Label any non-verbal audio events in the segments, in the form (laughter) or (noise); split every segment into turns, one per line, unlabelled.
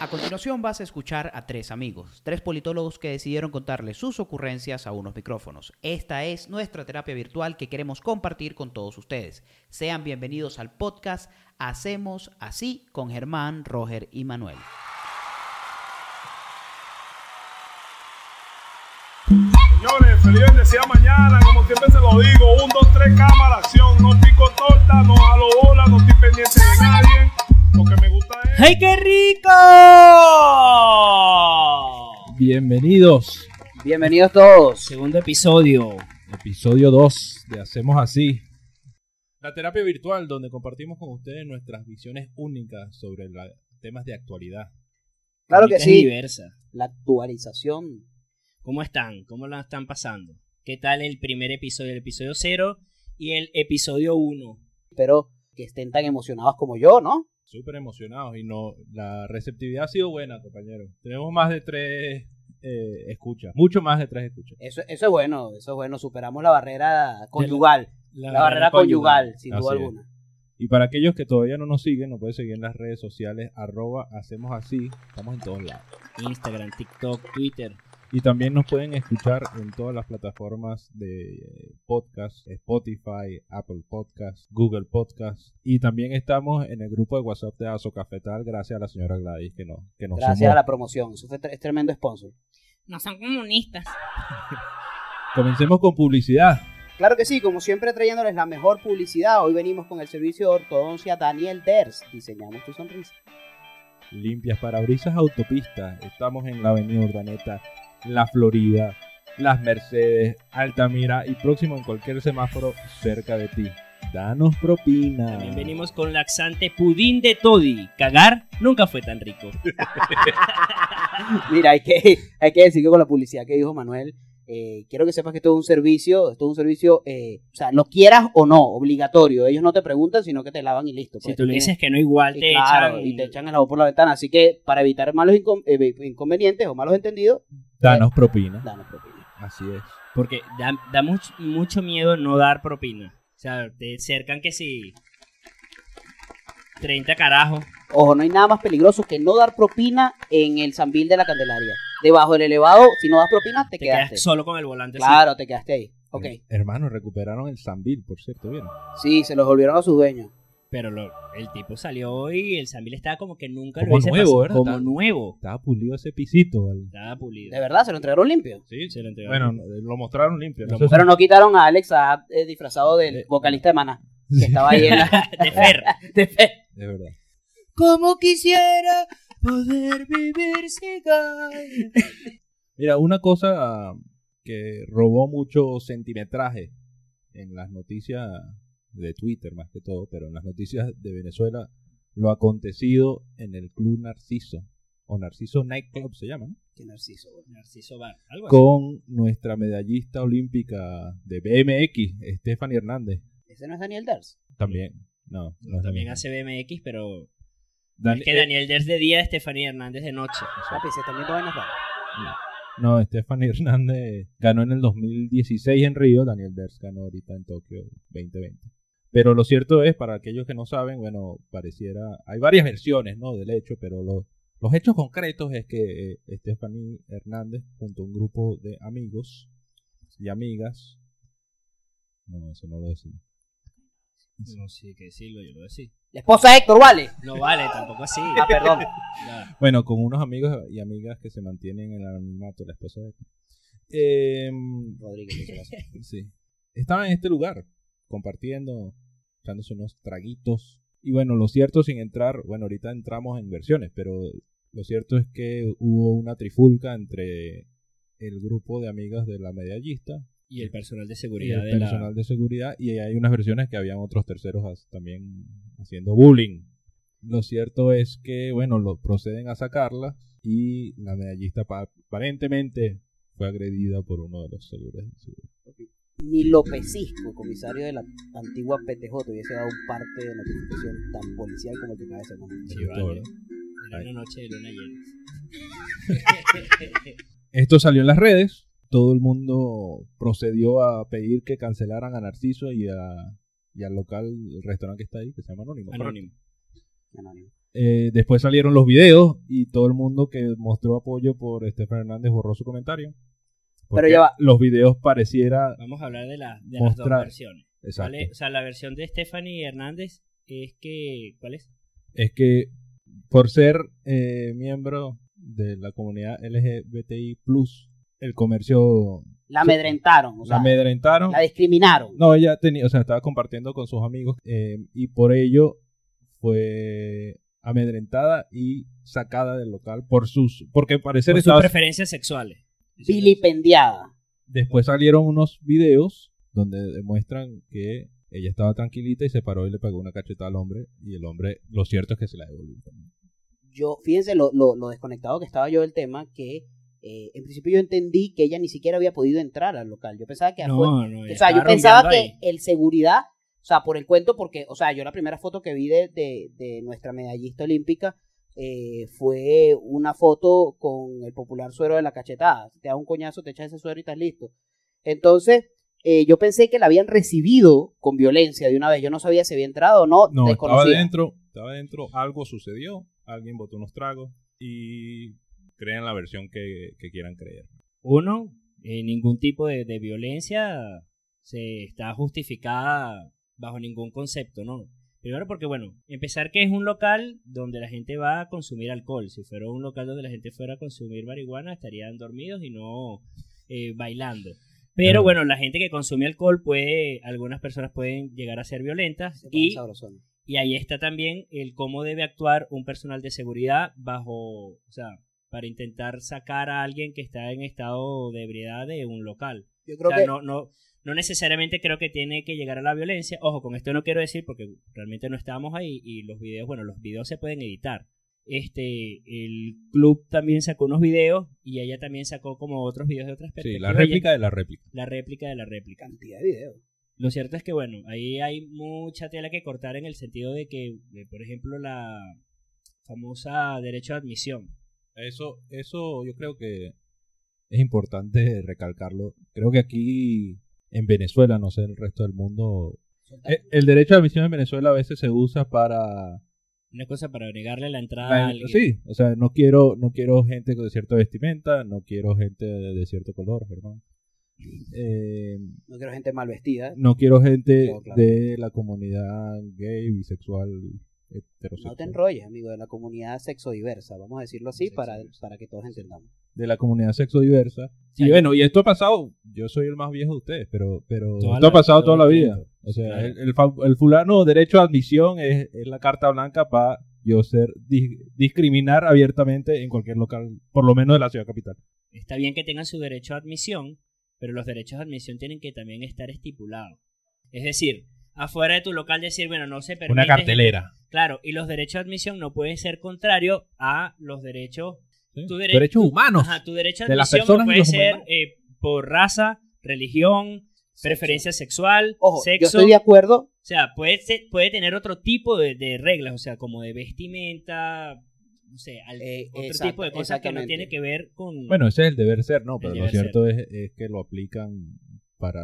A continuación vas a escuchar a tres amigos, tres politólogos que decidieron contarle sus ocurrencias a unos micrófonos. Esta es nuestra terapia virtual que queremos compartir con todos ustedes. Sean bienvenidos al podcast Hacemos Así con Germán, Roger y Manuel.
Señores, feliz deseado mañana, como siempre se lo digo, un, dos, tres, cámara, acción, no pico torta, no jalo bola, no estoy pendiente de nadie, lo que me gusta es...
¡Hey, qué rico!
Bienvenidos,
Bienvenidos todos, segundo episodio.
episodio 2 de Hacemos Así.
La terapia virtual, donde compartimos con ustedes nuestras visiones únicas sobre la- temas de actualidad.
Claro que
Cositas
sí.
diversas.
La actualización.
¿Cómo están? ¿Cómo la están pasando? ¿Qué tal el primer episodio, el episodio 0 y el episodio 1?
Espero que estén tan emocionados como yo, ¿no?
Súper emocionados y no la receptividad ha sido buena, compañero. Tenemos más de tres eh, escuchas, mucho más de tres escuchas.
Eso, eso es bueno, eso es bueno. Superamos la barrera conyugal. La, barrera conyugal, sin duda
Así es.
alguna.
Y para aquellos que todavía no nos siguen, nos pueden seguir en las redes sociales, arroba, hacemos así, estamos en todos lados.
Instagram, TikTok, Twitter.
Y también nos pueden escuchar en todas las plataformas de eh, podcast, Spotify, Apple Podcast, Google Podcast. Y también estamos en el grupo de WhatsApp de Aso Cafetal, gracias a la señora Gladys que, no, que nos
Gracias
sumó.
a la promoción. Eso fue tre- es tremendo sponsor.
No son comunistas.
Comencemos con publicidad.
Claro que sí, como siempre trayéndoles la mejor publicidad. Hoy venimos con el servicio de ortodoncia Daniel Ders. Diseñamos tu sonrisa.
Limpias Parabrisas Autopista. Estamos en la Avenida Urdaneta, La Florida, Las Mercedes, Altamira y próximo en cualquier semáforo cerca de ti. Danos propina.
También venimos con laxante pudín de toddy. Cagar nunca fue tan rico.
Mira, hay que, (laughs) hay que decir que con la publicidad que dijo Manuel, eh, quiero que sepas que esto es un servicio, esto es un servicio, eh, o sea, lo quieras o no, obligatorio. Ellos no te preguntan, sino que te lavan y listo.
Si
pues.
tú le dices que no igual
Y
te
claro,
echan...
y te echan el agua por la ventana. Así que para evitar malos incon- eh, inconvenientes o malos entendidos,
Danos propina.
danos propina.
Así es.
Porque da, da much- mucho miedo no dar propina. O sea, te cercan que si... 30 carajos.
Ojo, no hay nada más peligroso que no dar propina en el Zambil de la Candelaria. Debajo del elevado, si no das propina, te,
Te
quedaste.
quedas solo con el volante. así.
Claro, te quedaste ahí. Ok.
Her- Eh, Hermano, recuperaron el Zambil, por cierto, ¿vieron?
Sí, se los volvieron a sus dueños.
Pero lo- el tipo salió y el Sambil estaba como que nunca lo
Como
hubiese
nuevo,
pasado.
¿verdad?
Como
Está-
nuevo.
Estaba pulido ese pisito, ¿vale?
Estaba pulido.
De verdad, se lo entregaron limpio.
Sí, se lo entregaron.
Bueno, lo mostraron limpio.
Lo
no sé si-
Pero no quitaron a Alex Saab, eh, disfrazado del
Eh,
vocalista de Maná,
sí,
que
(laughs)
estaba ahí en la...
(laughs) de Fer.
(laughs) de fe.
de verdad.
(laughs) Como quisiera poder vivir sin
Mira, una cosa ah, que robó mucho centimetraje en las noticias de Twitter, más que todo, pero en las noticias de Venezuela, lo acontecido en el Club Narciso, o Narciso Nightclub se llama, ¿no?
Qué narciso, güey.
Narciso Bar. Algo así.
con nuestra medallista olímpica de BMX, Stephanie Hernández.
Ese no es Daniel Ders.
También, no, no es
También
la misma.
hace BMX, pero.
Dan-
es que Daniel Ders de día, Estefanía Hernández de noche.
Papi, se están viendo vainas raras.
No, Stephanie (laughs) Hernández ganó en el 2016 en Río, Daniel Ders ganó ahorita en Tokio 2020. Pero lo cierto es, para aquellos que no saben, bueno, pareciera, hay varias versiones, ¿no? Del hecho, pero los, los hechos concretos es que eh, Stephanie Hernández, junto a un grupo de amigos y amigas, no, eso no lo decimos.
No sé qué decirlo, yo lo decía.
La esposa de Héctor, vale.
No vale, tampoco así.
(laughs) Ah,
(laughs)
perdón.
Ya.
Bueno, con unos amigos y amigas que se mantienen en el anonimato, la esposa de... Em,
(laughs)
Rodríguez, ¿qué se le hace?
Sí. Estaba en este lugar, compartiendo, echándose unos traguitos. Y bueno, lo cierto, sin entrar, bueno, ahorita entramos en versiones, pero lo cierto es que hubo una trifulca entre el grupo de amigas de la medallista
Y el personal de
y
seguridad
el
de la-
personal de seguridad. Y hay unas versiones que habían otros terceros as- también haciendo bullying. Lo cierto es que, bueno, lo proceden a sacarla y la medallista pa- aparentemente fue agredida por uno de los seguros.
Ni Lópezisco, comisario de la antigua PTJ, hubiese dado un parte de notificación tan policial como el que acaba de ser
Sí,
Sobre
vale.
todo, ¿no?
Era una noche de luna
(laughs)
llena.
Esto salió en las redes. Todo el mundo procedió a pedir que cancelaran a Narciso y, a- y al local, el restaurante que está ahí, que se llama Anónimo.
(laughs) Anónimo.
Anónimo.
Eh, después salieron los videos y todo el mundo que mostró apoyo por Estefan Hernández borró su comentario. Porque
ya va.
Los videos pareciera.
Vamos a hablar de, la- de las dos
Mostrar.
versiones.
Exacto.
¿vale? O sea, la versión de Stephanie Hernández es que. ¿Cuál es?
Es que por ser eh, miembro de la comunidad LGBTI, el comercio
La amedrentaron, o
la
sea,
amedrentaron.
la discriminaron.
No, ella tenía, o sea, estaba compartiendo con sus amigos eh, y por ello fue amedrentada y sacada del local por sus, porque al parecer
Por sus
estaba-
preferencias sexuales.
Vilipendiada.
después salieron unos videos donde demuestran que ella estaba tranquilita y se paró y le pegó una cachetada al hombre y el hombre, lo cierto es que se la devolvió.
Yo, fíjense lo, lo- lo desconectado que estaba yo del tema, que eh, en principio yo entendí que ella ni siquiera había podido entrar al local. Yo pensaba que fue-
No, no.
pues. O sea, yo pensaba que el seguridad, o sea, por el cuento, porque, o sea, yo la primera foto que vi de, de- de nuestra medallista olímpica eh, fue una foto con el popular suero de la cachetada. Si te da un coñazo, te echas ese suero y estás listo. Entonces, eh, yo pensé que la habían recibido con violencia de una vez. Yo no sabía si había entrado o no.
No, estaba
desconocía.
dentro, estaba dentro, algo sucedió, alguien botó unos tragos y crean la versión que, que quieran creer.
Uno, eh, ningún tipo de, de violencia se está justificada bajo ningún concepto, ¿no? Primero porque, bueno, empezar que es un local donde la gente va a consumir alcohol. Si fuera un local donde la gente fuera a consumir marihuana, estarían dormidos y no eh, bailando. Pero
Claro.
bueno, la gente que consume alcohol puede, algunas personas pueden llegar a ser violentas
Se pone
y
sabrosón.
y ahí está también el cómo debe actuar un personal de seguridad bajo, o sea, para intentar sacar a alguien que está en estado de ebriedad de un local.
Yo
O
creo
sea,
que
no, no, no necesariamente creo que tiene que llegar a la violencia. Ojo, con esto no quiero decir porque realmente no estábamos ahí y los videos, bueno, los videos se pueden editar. Este, el club también sacó unos videos y ella también sacó como otros videos de otras
Sí,
personas.
la réplica de la réplica.
La réplica de la réplica.
cantidad de videos.
Lo cierto es que, bueno, ahí hay mucha tela que cortar en el sentido de que, eh, por ejemplo, la famosa derecho de admisión.
Eso, eso yo creo que es importante recalcarlo. Creo que aquí en Venezuela, no sé, en el resto del mundo, eh, el derecho a admisión en Venezuela a veces se usa para
Una cosa para negarle la entrada a
La-
alguien.
sí, o sea, no quiero, no quiero gente de cierta vestimenta, no quiero gente de, de cierto color, hermano. Eh,
No quiero gente mal vestida.
no quiero gente
No, claro.
de la comunidad gay, bisexual,
No
heterosexual.
te enrolles, amigo, de la comunidad sexodiversa. Vamos a decirlo así para,
Sexodiversa.
para que todos entendamos.
de la comunidad sexodiversa. Y bueno, y esto ha pasado, yo soy el más viejo de ustedes, pero, pero
Toda
esto
la-
ha pasado
todo
toda la
el
vida.
tiempo.
O sea,
Claro.
el, el fa- el fulano derecho a admisión es, es la carta blanca para yo ser dis- discriminar abiertamente en cualquier local, por lo menos de la ciudad capital.
Está bien que tengan su derecho a admisión, pero los derechos de admisión tienen que también estar estipulados. Es decir, afuera de tu local decir, bueno, no se permite.
Una cartelera.
Claro, y los derechos de admisión no pueden ser contrario a los derechos.
Sí.
Tu dere-
Derechos
tu-
humanos.
Ajá, tu derecho de
de las
admisión no puede
personas y los
ser
humanos.
eh, por raza, religión, preferencia sexual,
Ojo, yo
sexo.
estoy de acuerdo.
O sea, puede, ser- puede tener otro tipo de, de reglas, o sea, como de vestimenta, no sé, al-
Eh,
otro
exacto,
tipo de cosas que no
exactamente.
tiene que ver con...
Bueno, ese es el deber ser, ¿no? Pero
El
lo
deber
cierto es, es que lo aplican para,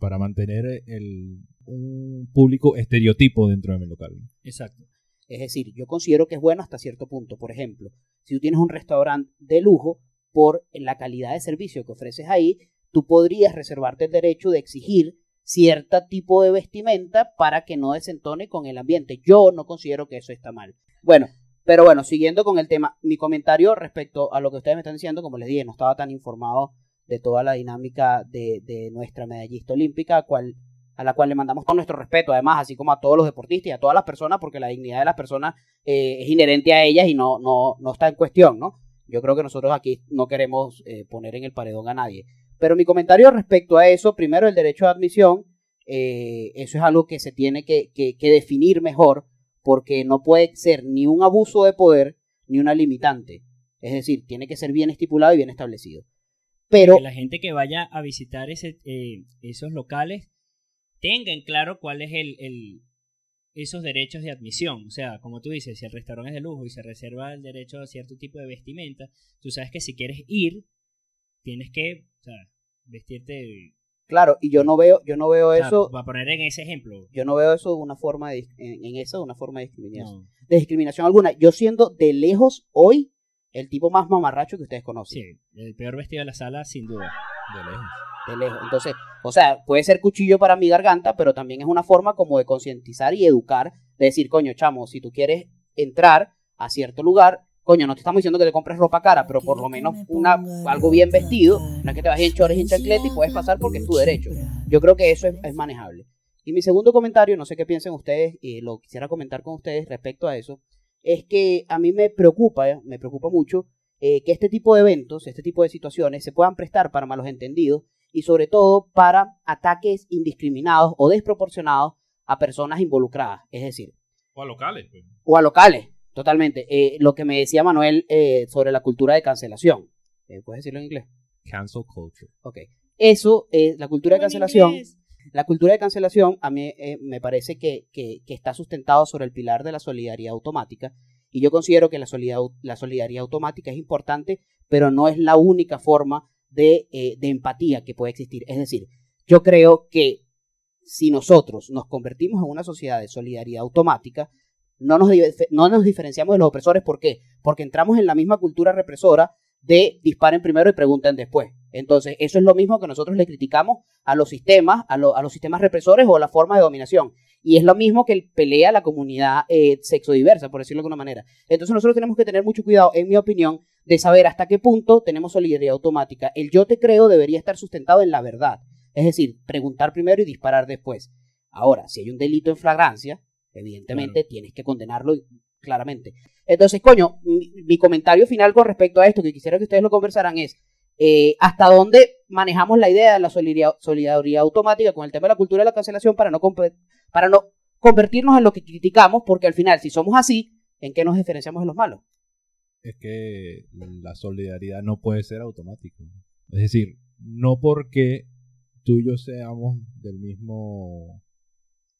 para mantener el, un público estereotipo dentro de mi local.
exacto.
Es decir, yo considero que es bueno hasta cierto punto. Por ejemplo, si tú tienes un restaurante de lujo, por la calidad de servicio que ofreces ahí, tú podrías reservarte el derecho de exigir cierto tipo de vestimenta para que no desentone con el ambiente. Yo no considero que eso está mal. Bueno, pero bueno, siguiendo con el tema, mi comentario respecto a lo que ustedes me están diciendo, como les dije, no estaba tan informado de toda la dinámica de, de nuestra medallista olímpica, cual a la cual le mandamos todo nuestro respeto, además, así como a todos los deportistas y a todas las personas, porque la dignidad de las personas eh, es inherente a ellas y no, no, no está en cuestión, ¿no? Yo creo que nosotros aquí no queremos eh, poner en el paredón a nadie. Pero mi comentario respecto a eso, primero el derecho de admisión, eh, eso es algo que se tiene que, que- que definir mejor, porque no puede ser ni un abuso de poder ni una limitante. Es decir, tiene que ser bien estipulado y bien establecido. Pero
Que la gente que vaya a visitar ese, eh, esos locales tenga en claro cuál es el, el- esos derechos de admisión. O sea, como tú dices, si el restaurante es de lujo y se reserva el derecho a cierto tipo de vestimenta, tú sabes que si quieres ir, tienes que o sea, vestirte
Claro, y yo no veo, yo no veo eso,
para poner en ese ejemplo.
yo no veo eso de una forma de, en, en eso de una forma de discriminación,
No.
de discriminación alguna. Yo siendo de lejos hoy el tipo más mamarracho que ustedes conocen.
Sí, el peor vestido de la sala, sin duda.
De lejos.
de lejos. Entonces, o sea, puede ser cuchillo para mi garganta, pero también es una forma como de concientizar y educar, de decir, coño, chamo, si tú quieres entrar a cierto lugar, coño, no te estamos diciendo que te compres ropa cara, pero por lo menos una, algo bien vestido, no es que te vayas en chores y en chancleta y puedes pasar porque es tu derecho. Yo creo que eso es, es manejable. Y mi segundo comentario, no sé qué piensen ustedes, y lo quisiera comentar con ustedes respecto a eso, es que a mí me preocupa, eh, me preocupa mucho eh, que este tipo de eventos, este tipo de situaciones se puedan prestar para malos entendidos y sobre todo para ataques indiscriminados o desproporcionados a personas involucradas, es decir,
O a locales. pues.
o a locales, totalmente. Eh, lo que me decía Manuel eh, sobre la cultura de cancelación. Eh, ¿Puedes decirlo en inglés?
Cancel culture.
Ok. Eso, eh, la cultura de cancelación, la cultura de cancelación a mí eh, me parece que, que- que está sustentado sobre el pilar de la solidaridad automática y yo considero que la solidaridad, la solidaridad automática es importante, pero no es la única forma de, eh, de empatía que puede existir. Es decir, yo creo que si nosotros nos convertimos en una sociedad de solidaridad automática, no nos, dife- no nos diferenciamos de los opresores. ¿Por qué? Porque entramos en la misma cultura represora de disparen primero y pregunten después. Entonces, eso es lo mismo que nosotros le criticamos a los sistemas, a, lo- a los sistemas represores o a la forma de dominación. Y es lo mismo que el pelea a la comunidad eh, sexodiversa, por decirlo de alguna manera. Entonces nosotros tenemos que tener mucho cuidado, en mi opinión, de saber hasta qué punto tenemos solidaridad automática. El yo te creo debería estar sustentado en la verdad. Es decir, preguntar primero y disparar después. Ahora, si hay un delito en flagrancia, evidentemente tienes que condenarlo y- claramente. Entonces, coño, mi, mi comentario final con respecto a esto, que quisiera que ustedes lo conversaran, es eh, hasta dónde manejamos la idea de la solidaridad, solidaridad automática con el tema de la cultura de la cancelación para no, compe- para no convertirnos en lo que criticamos, porque al final, si somos así, ¿en qué nos diferenciamos de los malos?
es que la solidaridad no puede ser automática. Es decir, no porque tú y yo seamos del mismo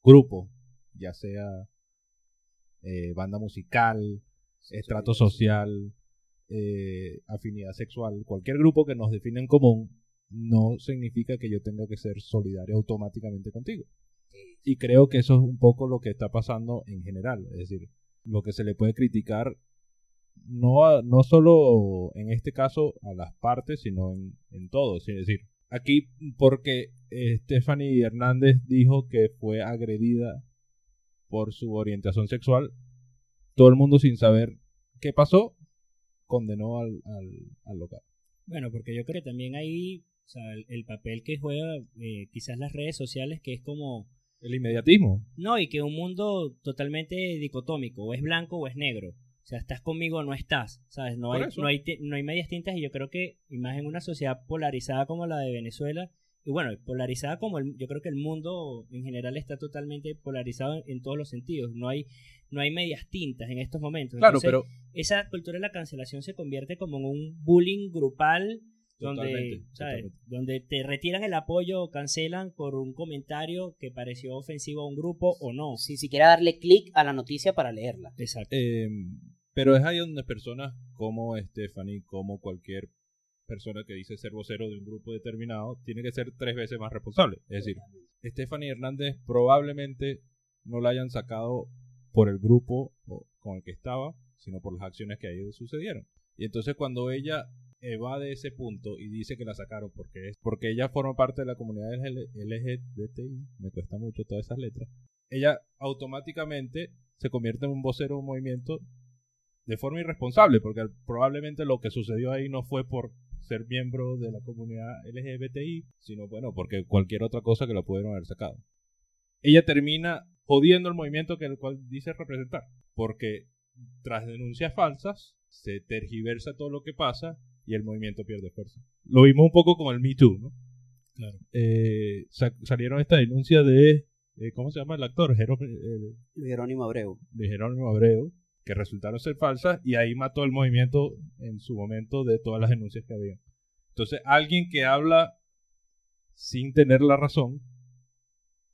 grupo, ya sea eh, banda musical, estrato social, eh, afinidad sexual, cualquier grupo que nos define en común, no significa que yo tenga que ser solidario automáticamente contigo. Y creo que eso es un poco lo que está pasando en general. Es decir, lo que se le puede criticar no, a- no solo en este caso a las partes, sino en, en todo. Es decir, aquí porque eh, Stephanie Hernández dijo que fue agredida por su orientación sexual, todo el mundo sin saber qué pasó, condenó al, al, al local.
Bueno, porque yo creo que también ahí, o sea, el, el papel que juega eh, quizás las redes sociales, que es como,
El inmediatismo.
no, y que un mundo totalmente dicotómico, o es blanco o es negro. O sea, estás conmigo o no estás, ¿sabes? No
Por
hay,
eso.
no, hay, ti- no hay medias tintas y yo creo que, y más en una sociedad polarizada como la de Venezuela, y bueno, polarizada como el, yo creo que el mundo en general está totalmente polarizado en, en todos los sentidos. No hay, no hay medias tintas en estos momentos.
Claro,
Entonces,
pero
esa cultura de la cancelación se convierte como en un bullying grupal donde,
Totalmente,
¿sabes?
totalmente.
donde te retiran el apoyo o cancelan por un comentario que pareció ofensivo a un grupo o no.
Sin siquiera darle clic a la noticia para leerla.
Exacto.
Eh, pero es ahí donde personas como Stephanie, como cualquier persona que dice ser vocero de un grupo determinado, tiene que ser tres veces más responsable. Es decir, Stephanie Hernández probablemente no la hayan sacado por el grupo o- con el que estaba, sino por las acciones que ahí sucedieron. Y entonces cuando ella evade ese punto y dice que la sacaron porque es porque ella forma parte de la comunidad LG LGBTI, me cuesta mucho todas esas letras, ella automáticamente se convierte en un vocero de un movimiento de forma irresponsable, porque al- probablemente lo que sucedió ahí no fue por ser miembro de la comunidad LGBTI, sino bueno, porque cualquier otra cosa que la pudieron haber sacado. Ella termina jodiendo el movimiento que el cual dice representar, porque tras denuncias falsas se tergiversa todo lo que pasa y el movimiento pierde fuerza. Lo vimos un poco con el Me Too, ¿no? Claro. salieron esta denuncia de, eh, ¿cómo se llama el actor? Jero- eh,
Jerónimo Abreu.
de Jerónimo Abreu, que resultaron ser falsas, y ahí mató el movimiento en su momento de todas las denuncias que había. Entonces, alguien que habla sin tener la razón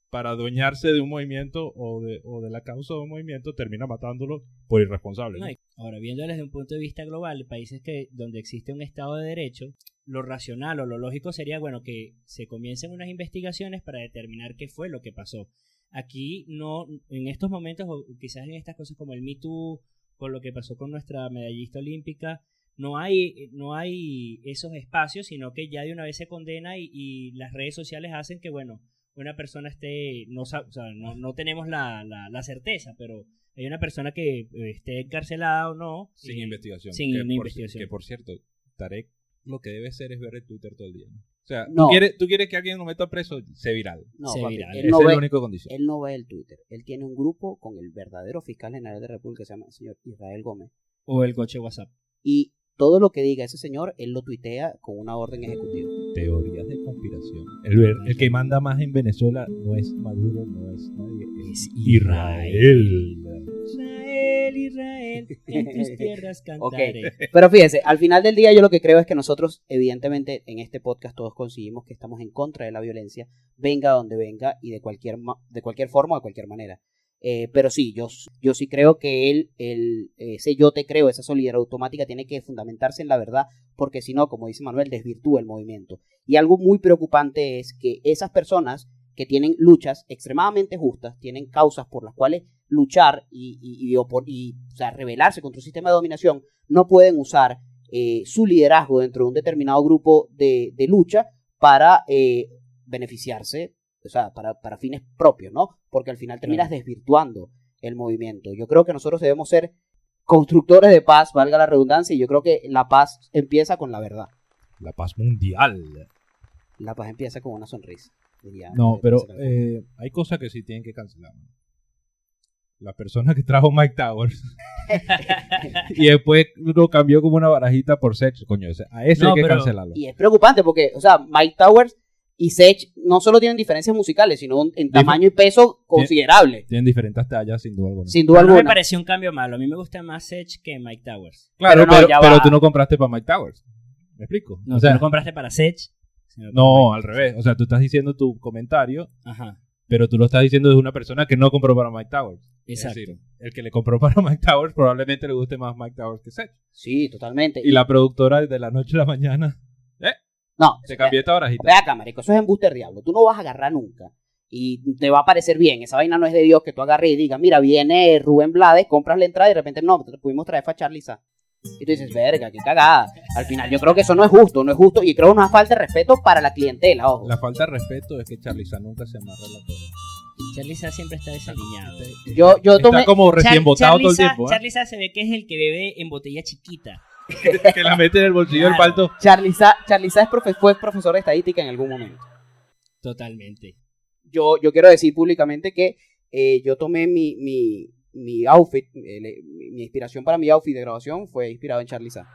para adueñarse de un movimiento o de, o de la causa de un movimiento termina matándolo por irresponsable. ¿no?
No, y- Ahora, viendo desde un punto de vista global, países que donde existe un Estado de Derecho, lo racional o lo lógico sería, bueno, que se comiencen unas investigaciones para determinar qué fue lo que pasó. Aquí no, en estos momentos, o quizás en estas cosas como el Me Too, con lo que pasó con nuestra medallista olímpica, no hay, no hay esos espacios, sino que ya de una vez se condena y, y las redes sociales hacen que, bueno, una persona esté, no, sa- o sea, no, no tenemos la, la- la certeza, pero hay una persona que eh, esté encarcelada o no.
Sin
eh,
investigación.
sin
que
una
por,
investigación.
Que por cierto, Tarek lo que debe hacer es ver el Twitter todo el día. ¿no? O sea,
No.
¿tú, quieres, tú quieres que alguien lo meta preso, se viral.
No,
Se
papi,
viraliza.
Esa
él no,
es la
ve,
única condición.
él no ve el Twitter. Él tiene un grupo con el verdadero fiscal general de la República, que se llama el señor Israel Gómez.
O el coche WhatsApp.
Y todo lo que diga ese señor, él lo tuitea con una orden ejecutiva.
Teorías de conspiración. El, ver- el que manda más en Venezuela no es Maduro, no es nadie. Es Israel.
Israel, Israel, en
(laughs)
tus tierras cantaré.
Pero fíjense, al final del día yo lo que creo es que nosotros, evidentemente, en este podcast todos conseguimos que estamos en contra de la violencia, venga donde venga y de cualquier, ma- de cualquier forma o de cualquier manera. Eh, pero sí, yo, s- yo sí creo que él, el, ese yo te creo, esa solidaridad automática tiene que fundamentarse en la verdad, porque si no, como dice Manuel, desvirtúa el movimiento. Y algo muy preocupante es que esas personas que tienen luchas extremadamente justas, tienen causas por las cuales luchar y, y, y opor- y, o sea, rebelarse contra un sistema de dominación, no pueden usar eh, su liderazgo dentro de un determinado grupo de, de lucha para eh, beneficiarse, o sea, para, para fines propios, ¿no? Porque al final terminas desvirtuando el movimiento. Yo creo que nosotros debemos ser constructores de paz, valga la redundancia, y yo creo que la paz empieza con la verdad.
La paz mundial.
La paz empieza con una sonrisa. diría-
No, pero
diría-
eh, hay cosas que sí tienen que cancelar. ¿no? La persona que trajo Mike Towers y después lo cambió como una barajita por sexo, coño. o sea, a ese
No,
hay que
pero-
cancelarlo.
Y es preocupante porque, o sea, Mike Towers y Sech no solo tienen diferencias musicales, sino un- en tamaño y peso considerable.
Tienen diferentes tallas, sin duda alguna.
Sin
No
duda
me
alguna.
pareció un cambio malo. A mí me gusta más Sech que Mike Towers.
claro,
pero no,
pero,
ya
pero
va.
tú no compraste para Mike Towers. ¿Me explico?
No,
o sea,
tú no compraste para Sech. sino
no, al revés. O sea, tú estás diciendo tu comentario,
para- Ajá.
pero tú lo estás diciendo desde una persona que no compró para Mike Towers. Es
Exacto.
decir, el que le compró para (laughs) Mike Towers probablemente le guste más Mike Towers que Seth.
Sí, totalmente.
Y la productora de la noche a la mañana
No,
se cambió esta barajita.
Ve acá, marico, eso es embuste del diablo. Tú no vas a agarrar nunca. Y te va a parecer bien. Esa vaina no es de Dios que tú agarres y digas, mira, viene Rubén Blades, compras la entrada y de repente no, te pudimos traer fue a Charliza. Y tú dices, verga, qué cagada. Al final yo creo que eso no es justo, no es justo. Y creo que es una falta de respeto para la clientela, ojo.
La falta de respeto es que Charliza nunca se amarra la cola.
Charlie Sa siempre está desaliñado.
Yo, yo tomé.
Está como recién
Char-
botado
Charlie
todo el
Sa-
tiempo. ¿eh?
Charlie Sa se ve que es el que bebe en botella chiquita.
(laughs) Que la mete en el bolsillo del
Claro.
palto.
Charliza, Charliza es profe- fue profesor de estadística en algún momento.
Totalmente.
yo, yo quiero decir públicamente que eh, yo tomé mi, mi, mi outfit, eh, le- mi mi inspiración para mi outfit de grabación fue inspirado en Charliza.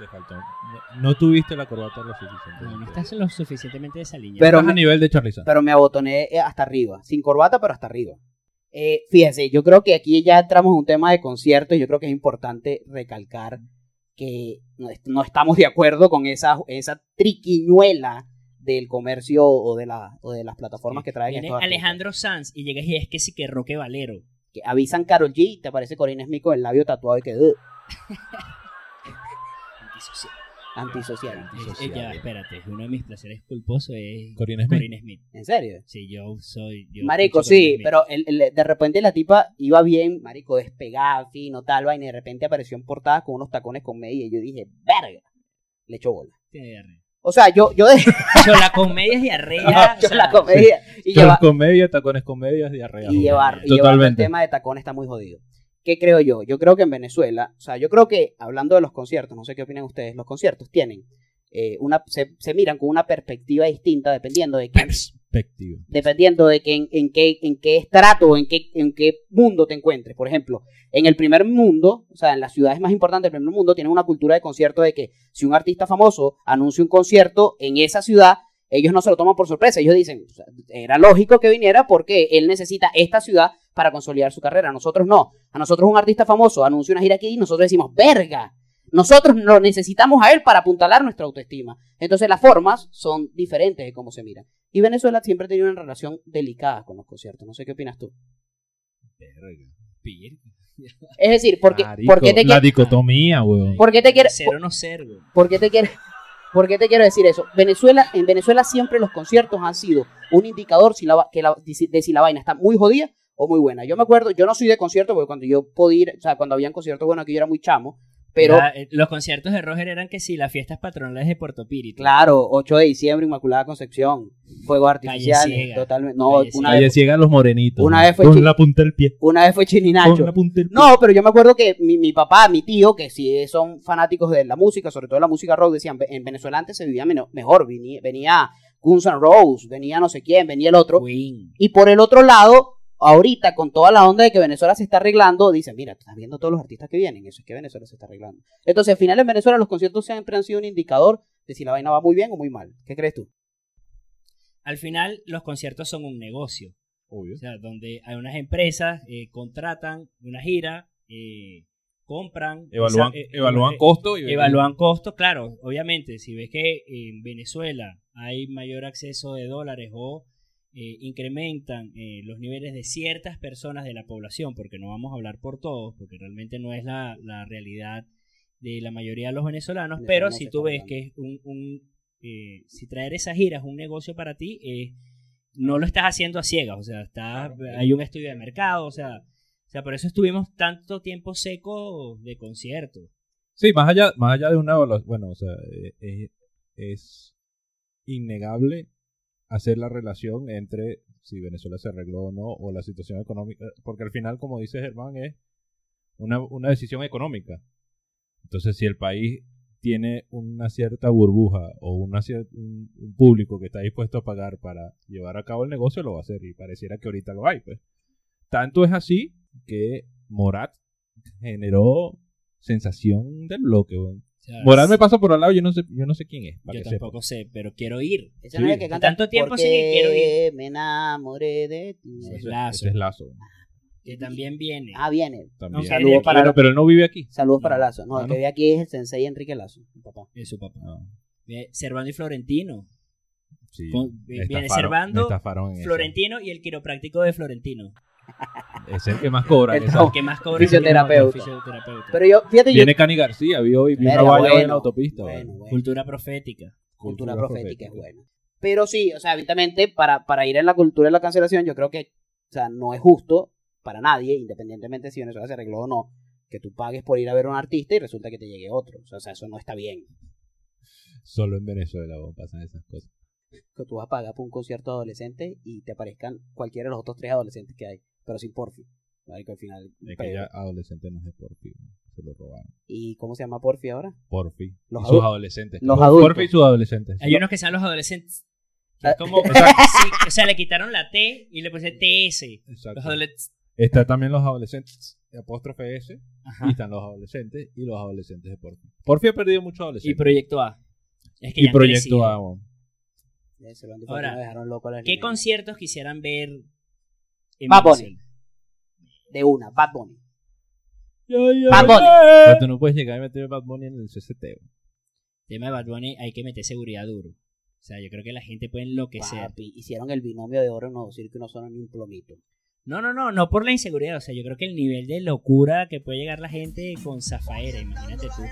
Te faltó. No, no tuviste la corbata lo suficiente.
No, no estás lo suficientemente desaliñado.
Pero
Estás
me-
a nivel de Charliza.
pero me abotoné eh, hasta arriba, sin corbata, pero hasta arriba. Eh, fíjense, yo creo que aquí ya entramos en un tema de conciertos y yo creo que es importante recalcar que no, est- no estamos de acuerdo con esa, esa triquiñuela del comercio o de, la, o de las plataformas que traen
Viene
estos artistas.
Alejandro Sanz y llegas y es que sí que Roque Valero.
Que avisan Carol G y te aparece Corina Smith con el labio tatuado y que...
(laughs)
"Ugh",
Antisocial.
antisocial.
Eh, ya, espérate. Uno de mis placeres culposos es
Corina Smith.
Corinne Smith.
¿En serio?
Sí, yo soy. Yo
Marico,
escucho Corinne
sí,
Smith.
pero el- el- de repente la tipa iba bien, marico, despegada, fino, tal vaina, y de repente apareció en portada con unos tacones con media, y yo dije, verga, le echó bola.
Tiene diarrea.
O sea, yo, yo dejé
Chola comedia es diarrea. o
(laughs) yo
sea,
la comedia y,
Cholas
lleva-
con media, tacones con medias, diarrea.
y llevar, y llevar el
Totalmente.
tema de tacones está muy jodido. ¿Qué creo yo? Yo creo que en Venezuela, o sea, yo creo que, hablando de los conciertos, no sé qué opinan ustedes, los conciertos tienen, eh, una, se, se miran con una perspectiva distinta dependiendo de quién,
Perspectiva.
dependiendo de que en, en qué, en qué estrato, en qué, en qué mundo te encuentres. Por ejemplo, en el primer mundo, o sea, en las ciudades más importantes del primer mundo, tienen una cultura de concierto de que si un artista famoso anuncia un concierto en esa ciudad, ellos no se lo toman por sorpresa. Ellos dicen, "O sea, era lógico que viniera porque él necesita esta ciudad para consolidar su carrera. Nosotros no. A nosotros un artista famoso anuncia una gira aquí y nosotros decimos, verga. Nosotros lo necesitamos a él para apuntalar nuestra autoestima. Entonces las formas son diferentes de cómo se miran. Y Venezuela siempre ha tenido una relación delicada con los conciertos. No sé qué opinas tú.
Verga. Pir.
Es decir, porque,
Marico,
¿por qué te
La
quieres...
dicotomía, weón.
¿Por qué te quieres...
Ser o no ser, güey.
¿Por qué te quieres... (laughs) ¿Por qué te quiero decir eso? Venezuela, en Venezuela siempre los conciertos han sido un indicador si la va- que la- de si- de si la vaina está muy jodida o muy buena. Yo me acuerdo, yo no soy de conciertos porque cuando yo podía ir, o sea, cuando habían conciertos, bueno, aquí yo era muy chamo, pero
Ya, eh, los conciertos de Roger eran que sí, las fiestas patronales de Puerto Píritu.
claro, 8 de diciembre, Inmaculada Concepción, fuegos artificiales,
ciega.
totalmente. No,
Calle
una
ciega.
Calle
vez,
ciega a los morenitos.
Una
¿no?
vez fue
Con
chi-
la punta del pie.
una vez fue
Con
Chininacho.
la punta del pie.
No, pero yo me acuerdo que mi, mi papá, mi tío, que sí son fanáticos de la música, sobre todo de la música rock, decían, "Ve- en Venezuela antes se vivía meno- mejor, venía, venía Guns N' Roses, venía no sé quién, venía el otro.
Queen.
Y por el otro lado, ahorita con toda la onda de que Venezuela se está arreglando, dicen, mira, tú estás viendo todos los artistas que vienen, eso es que Venezuela se está arreglando. Entonces, al final en Venezuela los conciertos siempre han sido un indicador de si la vaina va muy bien o muy mal. ¿Qué crees tú?
Al final, los conciertos son un negocio.
Obvio.
O sea, donde hay unas empresas, eh, contratan una gira, eh, compran.
Evalúan,
esa- eh,
evalúan
eh,
costo y
Evalúan costos, claro, obviamente, si ves que en Venezuela hay mayor acceso de dólares o eh, incrementan eh, los niveles de ciertas personas de la población, porque no vamos a hablar por todos, porque realmente no es la, la realidad de la mayoría de los venezolanos,
Venezolanos
pero
se
si
están
tú ves
dando.
que es un, un, eh, si traer esas giras es un negocio para ti, eh, no lo estás haciendo a ciegas, o sea, está, hay un estudio de mercado, o sea, o sea, por eso estuvimos tanto tiempo seco de conciertos.
Sí, más allá, más allá de una evaluación, bueno, o sea, eh, eh, es innegable hacer la relación entre si Venezuela se arregló o no, o la situación económica, porque al final, como dice Germán, es una, una decisión económica. Entonces, si el país tiene una cierta burbuja o una cier- un, un público que está dispuesto a pagar para llevar a cabo el negocio, lo va a hacer, y pareciera que ahorita lo hay, pues. Tanto es así que Morat generó sensación del bloque, weón.
O sea,
Moral me pasa por al lado, yo no sé, yo no sé quién es. para
Ah, Yo
que sepa.
tampoco sé, pero quiero ir.
Esa
Sí.
no es la que canta,
Tanto tiempo
"Porque
sí que quiero ir".
me enamoré de ti.
No,
Sí.
ese-
Lazo.
ese es Lazo. weón.
Que también viene.
Ah, viene.
También.
Ok,
Saludos para-
Claro, pero él no vive aquí.
Saludos para
No,
Lazo. No,
ah,
el
no.
que ve aquí es el sensei Enrique Lazo, mi papá.
Es su papá.
Ah.
Ve- Servando y Florentino.
Sí,
Con-
me
viene
estafaron,
Servando,
me estafaron en esa.
Florentino y el quiropráctico de Florentino.
Es el que más cobra. en
El
esa.
Oh,
que más cobra
fisioterapeuta.
el fisioterapeuta.
Pero yo, fíjate, yo.
Viene Cani García, vi hoy, vi una
Verga,
valla hoy en
bueno,
la autopista.
bueno,
weón.
bueno.
Cultura profética.
cultura profética es buena. Pero sí, o sea, evidentemente, para, para ir en la cultura de la cancelación, yo creo que, o sea, no es justo para nadie, independientemente si Venezuela se arregló o no, que tú pagues por ir a ver a un artista y resulta que te llegue otro. O sea, o sea, eso no está bien.
Solo en Venezuela weón, pasan esas cosas.
Que tú vas a pagar por un concierto de adolescente y te aparezcan cualquiera de los otros tres adolescentes que hay, pero sin Porfi. Marico, al final.
Es que
pero-
ya adolescente no es de Porfi. weón. Se lo robaron.
¿Y cómo se llama Porfi ahora?
Porfi.
Los
y
adu-
sus adolescentes.
los
Porfi
adultos.
y sus adolescentes.
Hay unos que sean los adolescentes. Que
Ah.
es
(laughs)
como, sí, o sea, le quitaron la T y le pusieron TS.
Exacto.
Los adolescentes.
Está también los adolescentes, apóstrofe S, y
Ajá.
están los adolescentes y los adolescentes de Porfi. Porfi ha perdido muchos
Y
adolescentes.
Proyecto A. Es que
Y
ya han
proyecto
crecido.
A, weón.
Ya se lo han dicho,
Ahora,
me dejaron loco las
¿Qué
líneas.
conciertos quisieran ver en
Bad Bunny.
Venezuela?
De una, Bad Bunny.
Bad
Bad Bunny.
Pero tú no puedes llegar y meter Bad Bunny en el CCT. weón.
tema de Bad Bunny hay que meter seguridad duro. O sea, yo creo que la gente puede enloquecer.
Papi, hicieron el binomio de oro, no decir que no son ni un plomito.
No, no, no, no por la inseguridad. O sea, yo creo que el nivel de locura que puede llegar la gente con Zafaera, imagínate tú.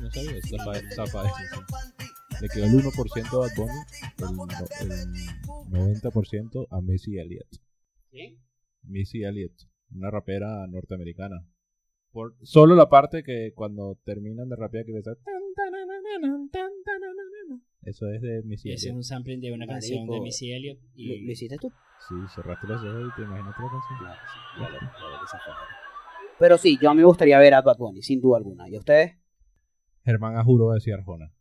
Sí, no sabía. Esa pa- esa pa- esa, sí. Le quedó el 1% a Bad Bunny, el, no- el 90% a Missy Elliott. Missy Elliott, una rapera norteamericana. Por, solo la parte que cuando terminan de rapear que empieza tan, tan, nan, nan, nan, tan, tan, nan, nan, nan. Eso es de Missy
Ese es
Elliott.
un sampling de una canción de
Marico.
Missy Elliott.
¿Lo, lo
Y...
hiciste tú?
Sí, cerraste los ojos y te imaginaste la canción.
Claro, sí, ya lo- ya lo desafaron. Pero sí, yo a mí me gustaría ver a Bad Bunny, sin duda alguna. ¿Y a ustedes?
Germán Ajuro va a decir Arjona.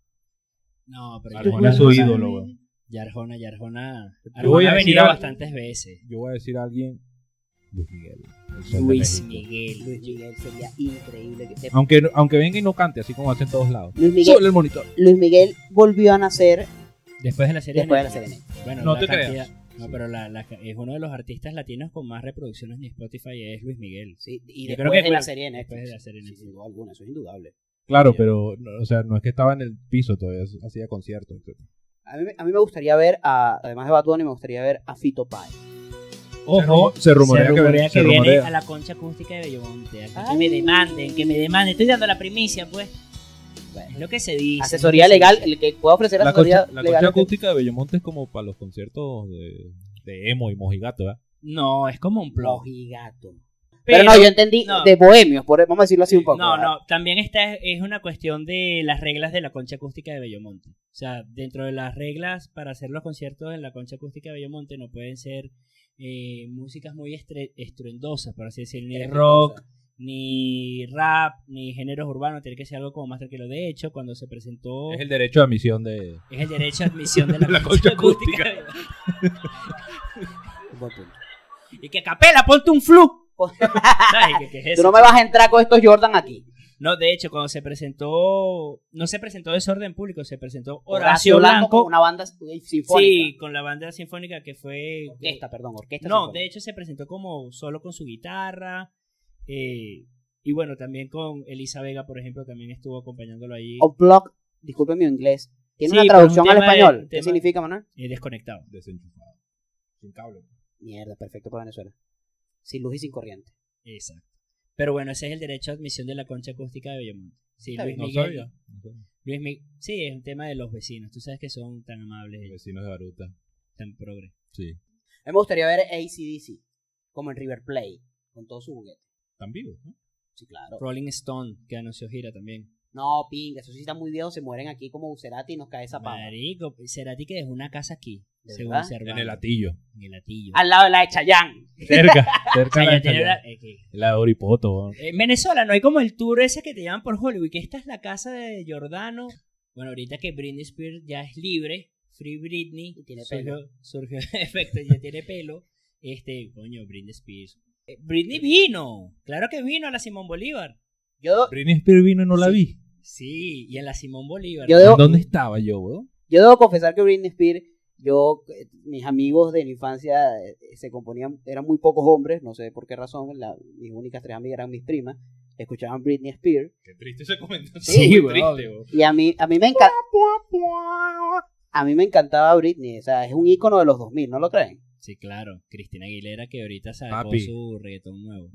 No, pero
Arjona es su ídolo, weón.
Yarjona, Yarjona.
voy
Arjona
a
ha
decir
venido
algo.
bastantes veces.
Yo voy a decir a alguien Luis Miguel. el son de
Luis
México.
Miguel.
Luis Miguel sería increíble que te...
Aunque, aunque venga y no cante, así como hacen todos lados.
Luis
Solo
Miguel,
el monitor.
Luis Miguel volvió a nacer
Después de la serie.
después de la
Netflix.
serie.
Bueno,
No
la
te
cantidad-
creas.
No, pero la- la- es uno de los artistas latinos con más reproducciones en Spotify, es Luis Miguel.
Sí, y
Yo
después
creo que
de la
fue-
serie de
después
Netflix.
de la serie de
Sí,
Netflix.
sin duda alguna, eso es indudable.
Claro,
Sí.
pero no, o sea, no es que estaba en el piso todavía, hacía conciertos. etc.
A mí, a mí me gustaría ver, a, además de Bad Bunny, me gustaría ver a Fito Páez.
Ojo,
Se rumorea,
se rumorea
se
que viene
rumorea.
a la concha acústica de Bellomonte. aquí,
Ay.
Que me demanden, que me demanden. Estoy dando la primicia, pues. Es lo que se dice.
Asesoría legal, el que pueda ofrecer
La
asesoría
concha, la
legal.
concha acústica de Bellomonte es como para los conciertos de, de emo y mojigato, ¿verdad?
No, es como un plot.
Mojigato. Pero, no, yo entendí
no.
de bohemios, por, vamos a decirlo así un poco.
No,
¿verdad?
no, también esta es, es una cuestión de las reglas de la concha acústica de Bellomonte. O sea, dentro de las reglas para hacer los conciertos en la concha acústica de Bellomonte no pueden ser eh, músicas muy estre- estruendosas, por así decirlo, ni rock, ni rap, ni géneros urbanos, tiene que ser algo como más tranquilo. De hecho, cuando se presentó,
Es
es
el derecho de admisión de...
el, derecho a admisión de la, concha acústica. de Bellomonte.
Buen punto.
Y que capela, ponte un flu. (laughs) ¿Sabes qué- qué es
Tú
eso?
no me vas a entrar con estos Jordan aquí.
No, de hecho, cuando se presentó, no se presentó Desorden Público, se presentó Horacio
Horacio con
Blanco.
Una banda sinfónica.
Sí, con la banda sinfónica que fue...
Orquesta, perdón, orquesta.
No,
sinfónica.
de hecho se presentó como solo con su guitarra. eh, y bueno, también con Elisa Vega, por ejemplo, también estuvo acompañándolo ahí
O block, disculpen mi inglés. Tiene
Sí, pero
una
es un
traducción al
tema de-
español. ¿Qué
tema-
significa, Manuel?
eh, desconectado.
Desenchufado. Sin cable.
Mierda, perfecto para Venezuela. Sin luz y sin corriente.
Exacto. Pero bueno, ese es el derecho de admisión de la concha acústica de Bellomonte. Sí,
Está
Luis
No
Miguel.
sabía.
Luis Mi- sí, es un tema de los vecinos. Tú sabes que son tan amables,
Vecinos de Baruta.
tan progres.
Sí.
A mí me gustaría ver ACDC, como en River Play, con todo su juguete.
Están vivos, ¿no?
Sí, claro.
Rolling Stone, que anunció gira también.
No, pinga, esos sí están muy viejos, se mueren aquí como Bucerati y nos cae esa pava.
Marico, Cerati que dejó una casa aquí,
¿De
según
verdad? Ah,
Cervano,
En el atillo.
en el Atillo.
Al lado de la de Chayán.
Cerca. (laughs) cerca
Ay,
de la
ya tiene
Chayán.
la- eh, que-
La de Oripoto. weón.
En Venezuela no hay como el tour ese que te llaman por Hollywood, que esta es la casa de Giordano. Bueno, ahorita que Britney Spears ya es libre, Free Britney,
Y tiene
surgió, surgió (laughs) el efecto, ya tiene pelo. Este, coño, Britney Spears. Eh, Britney vino, claro que vino a la Simón Bolívar.
Yo,
Britney Spears vino y no la vi.
Sí, y en la Simón Bolívar.
yo debo,
¿Dónde estaba yo, weón?
Yo debo confesar que Britney Spears, yo, eh, mis amigos de la infancia eh, se componían, eran muy pocos hombres, no sé por qué razón, la- mis únicas tres amigas eran mis primas, escuchaban Britney Spears,
Qué triste ese comentario.
Sí,
Muy
weón.
triste, weón.
y a mí, a mí me encanta... A mí me encantaba Britney, o sea, es un ícono de los 2000, ¿no lo creen?
Sí, claro, Cristina Aguilera que ahorita sacó
Papi.
su reggaetón nuevo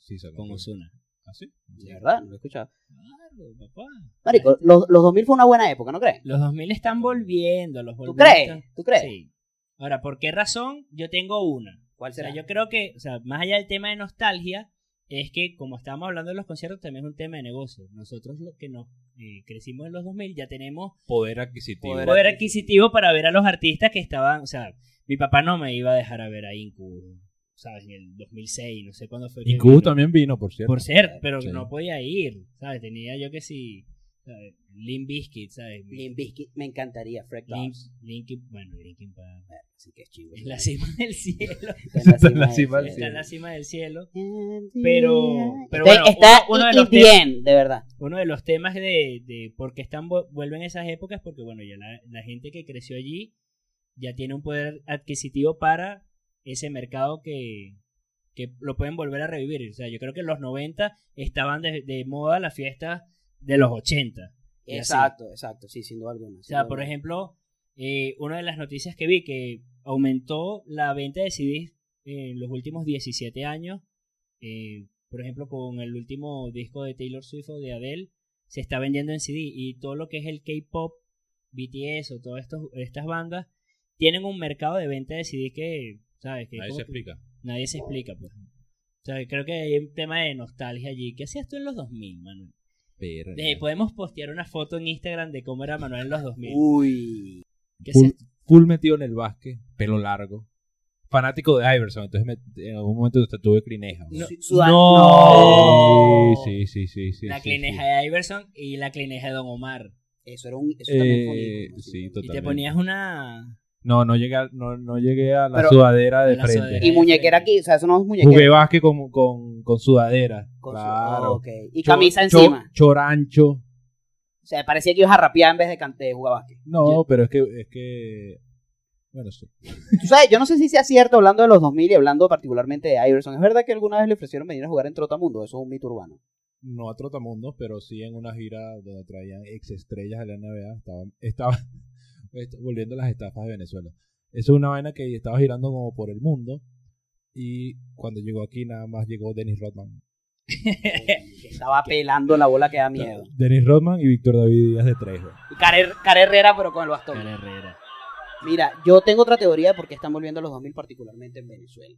Sí, se
con
lo
Ozuna.
¿Ah, sí?
De verdad, no lo he escuchado.
Claro, papá.
Marico, los, los 2000 fue una buena época, ¿no creen?
Los 2000 están volviendo, los
¿Tú
2000 están-
crees? ¿Tú crees?
Sí. Ahora, ¿por qué razón? Yo tengo una.
¿Cuál
O sea,
será?
yo creo que, o sea, más allá del tema de nostalgia, es que como estábamos hablando de los conciertos, también es un tema de negocio. Nosotros los que nos eh, crecimos en los 2000 ya tenemos
Poder adquisitivo.
Poder
poder adquisitivo para ver a los artistas que estaban, o sea, mi papá no me iba a dejar a ver a Incubus, ¿sabes? En el 2006, no sé cuándo fue. que
Incubus
vino.
también vino, por cierto.
Por
Ah,
ser, pero
Sí.
no podía ir, ¿sabes? Tenía yo que sí, ¿sabes? Limp Bizkit, ¿sabes?
Limp Bizkit, me encantaría, Fred
Link-
Dobbs.
Linkin- bueno, Linkin Park.
Así que es chivo.
Es la cima del
(laughs)
cielo.
Está
en la cima del
Está en
cielo.
la cima del cielo.
Pero,
pero
está,
bueno,
está
uno- uno de
y-
los
y bien, de verdad.
Uno de los temas de, de por qué están, vu- vuelven esas épocas, porque bueno, ya la, la gente que creció allí ya tiene un poder adquisitivo para ese mercado que, que lo pueden volver a revivir. O sea, yo creo que en los 90 estaban de, de moda las fiestas de los 80. Y así.
Exacto, exacto, sí, sin duda alguna.
O sea, por ejemplo, eh, una de las noticias que vi que aumentó la venta de CDs en los últimos 17 años, eh, por ejemplo, con el último disco de Taylor Swift o de Adele, se está vendiendo en CD y todo lo que es el K-pop, BTS o todas estos- estas bandas tienen un mercado de venta de CD que, ¿sabes? Que
Nadie
como
se
que
explica.
nadie se explica, pues. O sea, creo que hay un tema de nostalgia allí. ¿Qué hacías tú en los 2000, Manuel? Eh, podemos postear una foto en Instagram de cómo era Manuel en los 2000.
Uh,
Uy,
¿Qué
Full,
hacías
full metido en el básquet, pelo largo. Fanático de Iverson, entonces me- en algún momento hasta tuve clineja.
No. Oh.
Su- Sudán-
No.
no.
Sí, sí, sí, sí.
la
sí,
clineja
sí.
de Iverson y la clineja de Don Omar.
Eso era un eso también fue un
Eh,
ícono,
sí,
sin duda.
Y
Totalmente.
te ponías una.
No, no llegué a, no, no llegué a la
Pero-
sudadera de
La
frente.
sudadera.
Y muñequera aquí, o sea, eso no es
Jugué
muñequera.
básquet con, con, con sudadera.
Con su-
claro.
ah,
Oh.
ok. Y
Cho-
camisa
cho-
encima.
Chorancho.
O sea, parecía que ibas a rapear en vez de, can- de jugar básquet.
No, pero es que, es que. Bueno, sí.
Tú sabes, yo no sé si sea cierto hablando de los 2000 y hablando particularmente de Iverson. ¿Es verdad que alguna vez le ofrecieron venir a jugar en Trotamundo? Eso es un
(laughs)
mito urbano.
No a Trotamundos, pero sí en una gira donde traían ex estrellas de la NBA. Estaban, estaban (laughs) est- volviendo las estafas de Venezuela. Eso es una vaina que estaba girando como por el mundo. Y cuando llegó aquí, nada más llegó Dennis Rodman.
Que Estaba pelando la bola que da miedo.
Dennis Rodman y Víctor David Díaz de tres. güey.
Y Cara, Her- Cara Herrera, pero con el bastón.
Cara Herrera.
Mira, yo tengo otra teoría de por qué están volviendo los 2000, particularmente en Venezuela.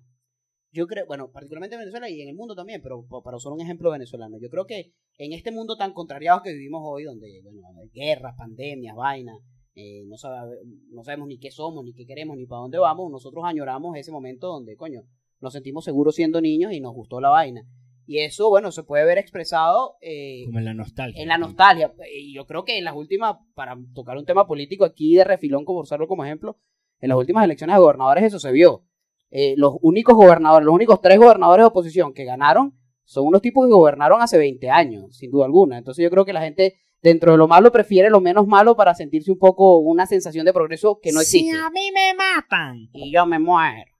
Yo creo, bueno, particularmente en Venezuela y en el mundo también, pero pa- para usar un ejemplo venezolano, yo creo que en este mundo tan contrariado que vivimos hoy, donde, bueno, hay guerras, pandemias, vainas, eh, no, sabe- no sabemos ni qué somos, ni qué queremos, ni para dónde vamos, nosotros añoramos ese momento donde, coño, nos sentimos seguros siendo niños y nos gustó la vaina. Y eso, bueno, se puede ver expresado eh,
Como en la nostalgia.
en la nostalgia. eh, Y yo creo que en las últimas, para tocar un tema político aquí de refilón, como usarlo como ejemplo, en las últimas elecciones de gobernadores eso se vio. Eh, los únicos gobernadores, los únicos tres gobernadores de oposición que ganaron son unos tipos que gobernaron hace 20 años, sin duda alguna. Entonces yo creo que la gente, dentro de lo malo, prefiere lo menos malo para sentirse un poco una sensación de progreso que no existe.
Si a mí me matan.
Y yo me muero.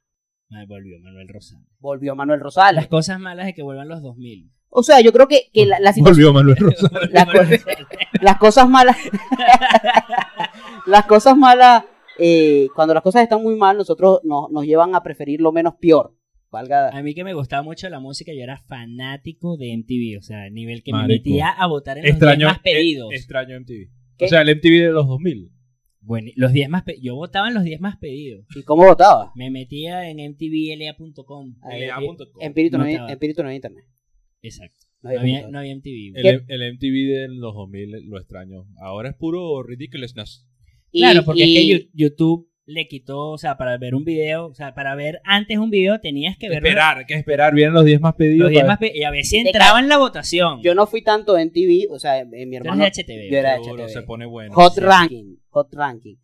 Ah, volvió Manuel Rosales.
Volvió Manuel
Las
Rosales.
cosas malas de que vuelvan los 2000.
O sea, yo creo que, que la, la situación...
Volvió Manuel Rosales.
(laughs)
Las
Manuel Rosales.
las cosas malas. (laughs) las cosas malas. eh, cuando las cosas están muy mal, nosotros nos, nos llevan a preferir lo menos peor. Valga.
A mí que me gustaba mucho la música, yo era fanático de MTV, o sea, el nivel que me
Marico.
metía a votar en
Extraño,
los 10 más pedidos.
e- extraño MTV.
¿Qué?
O sea, el MTV de los 2000.
Bueno, los 10 más pe- yo votaba en los 10 más pedidos.
¿Y cómo votaba?
Me metía en mtvla.com.
Ahí,
LA punto com.
Espíritu no,
No
hay-
estaba.
espíritu no hay internet.
Exacto.
No
No
había
había,
computador.
no había MTV.
El,
¿Qué?
el MTV de los 2000 lo extraño. Ahora es puro ridiculousness.
Y-
claro, porque
y-
es que Yu- YouTube le quitó, o sea, para ver un video, o sea, para ver antes un video tenías que ver
Esperar, que esperar. Vienen los 10 más pedidos.
los 10
para-
más pe- y a ver si entraba en la votación.
yo no fui tanto en TV, o sea, en, en mi
Tú
hermano.
eres de HTV.
yo era de
Seguro,
HTV.
se pone bueno.
Hot ranking, hot ranking.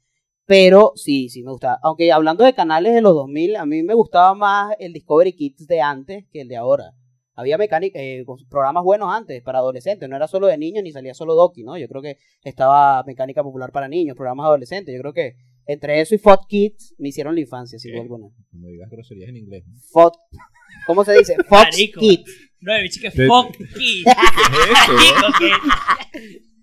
Pero sí, sí me gustaba. Aunque hablando de canales de los 2000, a mí me gustaba más el Discovery Kids de antes que el de ahora. Había mecánica, eh, programas buenos antes para adolescentes, no era solo de niños ni salía solo Doki, ¿no? Yo creo que estaba mecánica popular para niños, programas adolescentes. Yo creo que entre eso y Fot Kids me hicieron la infancia, sin
¿Qué?
duda alguna.
No digas groserías en inglés. ¿no?
Fot, ¿cómo se dice? Fox
Marico.
Kids.
No, el chico
Te-
es fuck
(laughs)
kids. Marico, que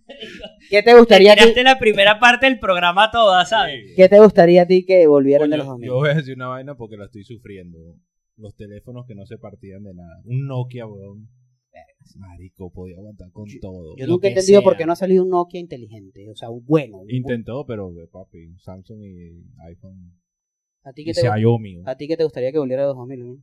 ¿Qué te gustaría a ti?
tiraste la primera parte del programa toda, ¿sabes?
¿Qué te gustaría a ti que volvieran de
Coño,
los 2000?
yo voy a decir una vaina porque la estoy sufriendo. Los teléfonos que no se partían de nada. Un Nokia, weón. Marico, podía aguantar con todo.
Yo
lo
nunca he
que
entendido
sea.
por qué no ha salido un Nokia inteligente, o sea, un bueno. un bu-
Intentó, pero we, papi, Samsung y iPhone.
¿A ti
Y
qué te, gu-
Xiaomi. ¿no?
a ti qué te gustaría que volviera a los 2000? ¿no?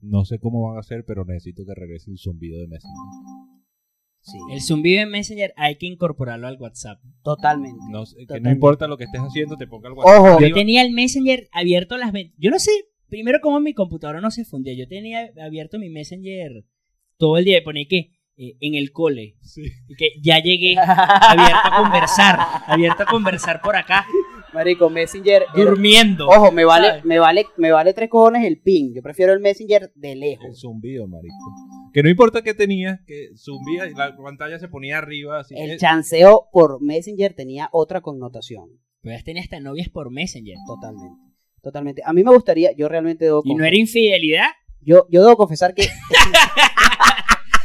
No sé cómo van a hacer, pero necesito que regrese el zumbido de Messenger.
El zumbido en Messenger hay que incorporarlo al WhatsApp.
Totalmente.
No sé, que no
Totalmente.
importa lo que estés haciendo, te ponga el WhatsApp.
Ojo,
Yo tenía el Messenger abierto las... ve- Yo no sé, primero como mi computadora no se fundía. Yo tenía abierto mi Messenger todo el día. Ponía que eh, en el cole.
Sí.
Y que ya llegué abierto a conversar. Abierto a conversar por acá.
(laughs) marico, Messenger. era-
Durmiendo.
Ojo, me vale,
¿sabes?
me vale, me vale tres cojones el ping. Yo prefiero el Messenger de
El
lejos.
zumbido, marico. Que no importa qué tenías, que zumbía y la pantalla se ponía arriba. Así
El
es-
chanceo por Messenger tenía otra connotación.
Pero ya tenía hasta novias por Messenger.
Totalmente. Totalmente. A mí me gustaría, yo realmente debo
Y no
confes-
era infidelidad.
yo, yo debo confesar que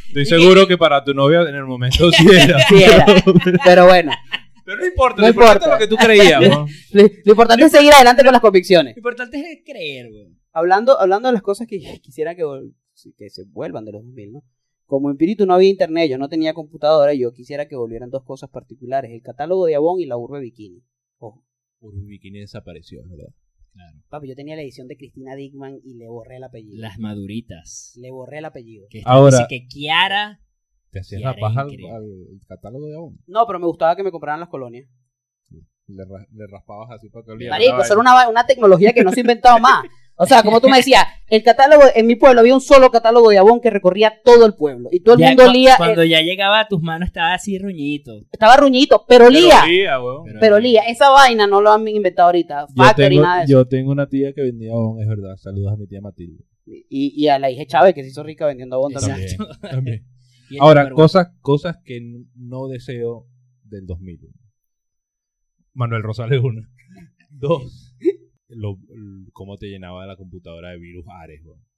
Estoy seguro que para tu novia en el
(laughs)
momento sí era.
sí era. Pero bueno,
Pero no importa,
No
lo importante
importa.
es lo que tú creías. (laughs) ¿no?
lo, lo importante es seguir adelante con las convicciones.
Lo importante es creer, güey.
hablando, hablando de las cosas que (laughs) quisiera que, vol- que se vuelvan de los 2000, ¿no? Como en Piritu no había internet, yo no tenía computadora, yo quisiera que volvieran dos cosas particulares, el catálogo de Avon y la urbe bikini. Ojo,
Urbi Bikini desapareció, es verdad.
papi, yo tenía la edición de Cristina Dickman y le borré el apellido.
Las maduritas.
Le borré el apellido.
Que
Ahora-
Ahora. que Kiara...
Te hacías
Y
la
era
paja al,
increíble.
al- al catálogo de Avon.
No, pero me gustaba que me compraran las colonias.
Le, ra- le raspabas así para que oliera.
Marico,
la
eso era
vaina.
una, va- una tecnología que no se ha inventado más. O sea, como tú me decías, el catálogo, en mi pueblo había un solo catálogo de Avon que recorría todo el pueblo. Y todo el
Ya
mundo
cu-
olía,
Cuando
eh,
ya llegaba a tus manos estaba así ruñito.
estaba ruñito, pero
Pero
olía.
olía, weón.
Pero Lía, esa vaina no lo han inventado ahorita.
Yo
Factory,
tengo,
nada de eso.
yo tengo una tía que vendía Avon, es verdad. Saludos a mi tía Matilde.
Y, y a la hija Chávez, que se hizo rica vendiendo abón también.
Exacto.
También.
Y el
Ahora,
número
cosas, cosas que n- no deseo del 2001. Manuel Rosales, (laughs) una. Dos. Lo- l- cómo te llenaba la computadora de virus Ares, weón.
uno.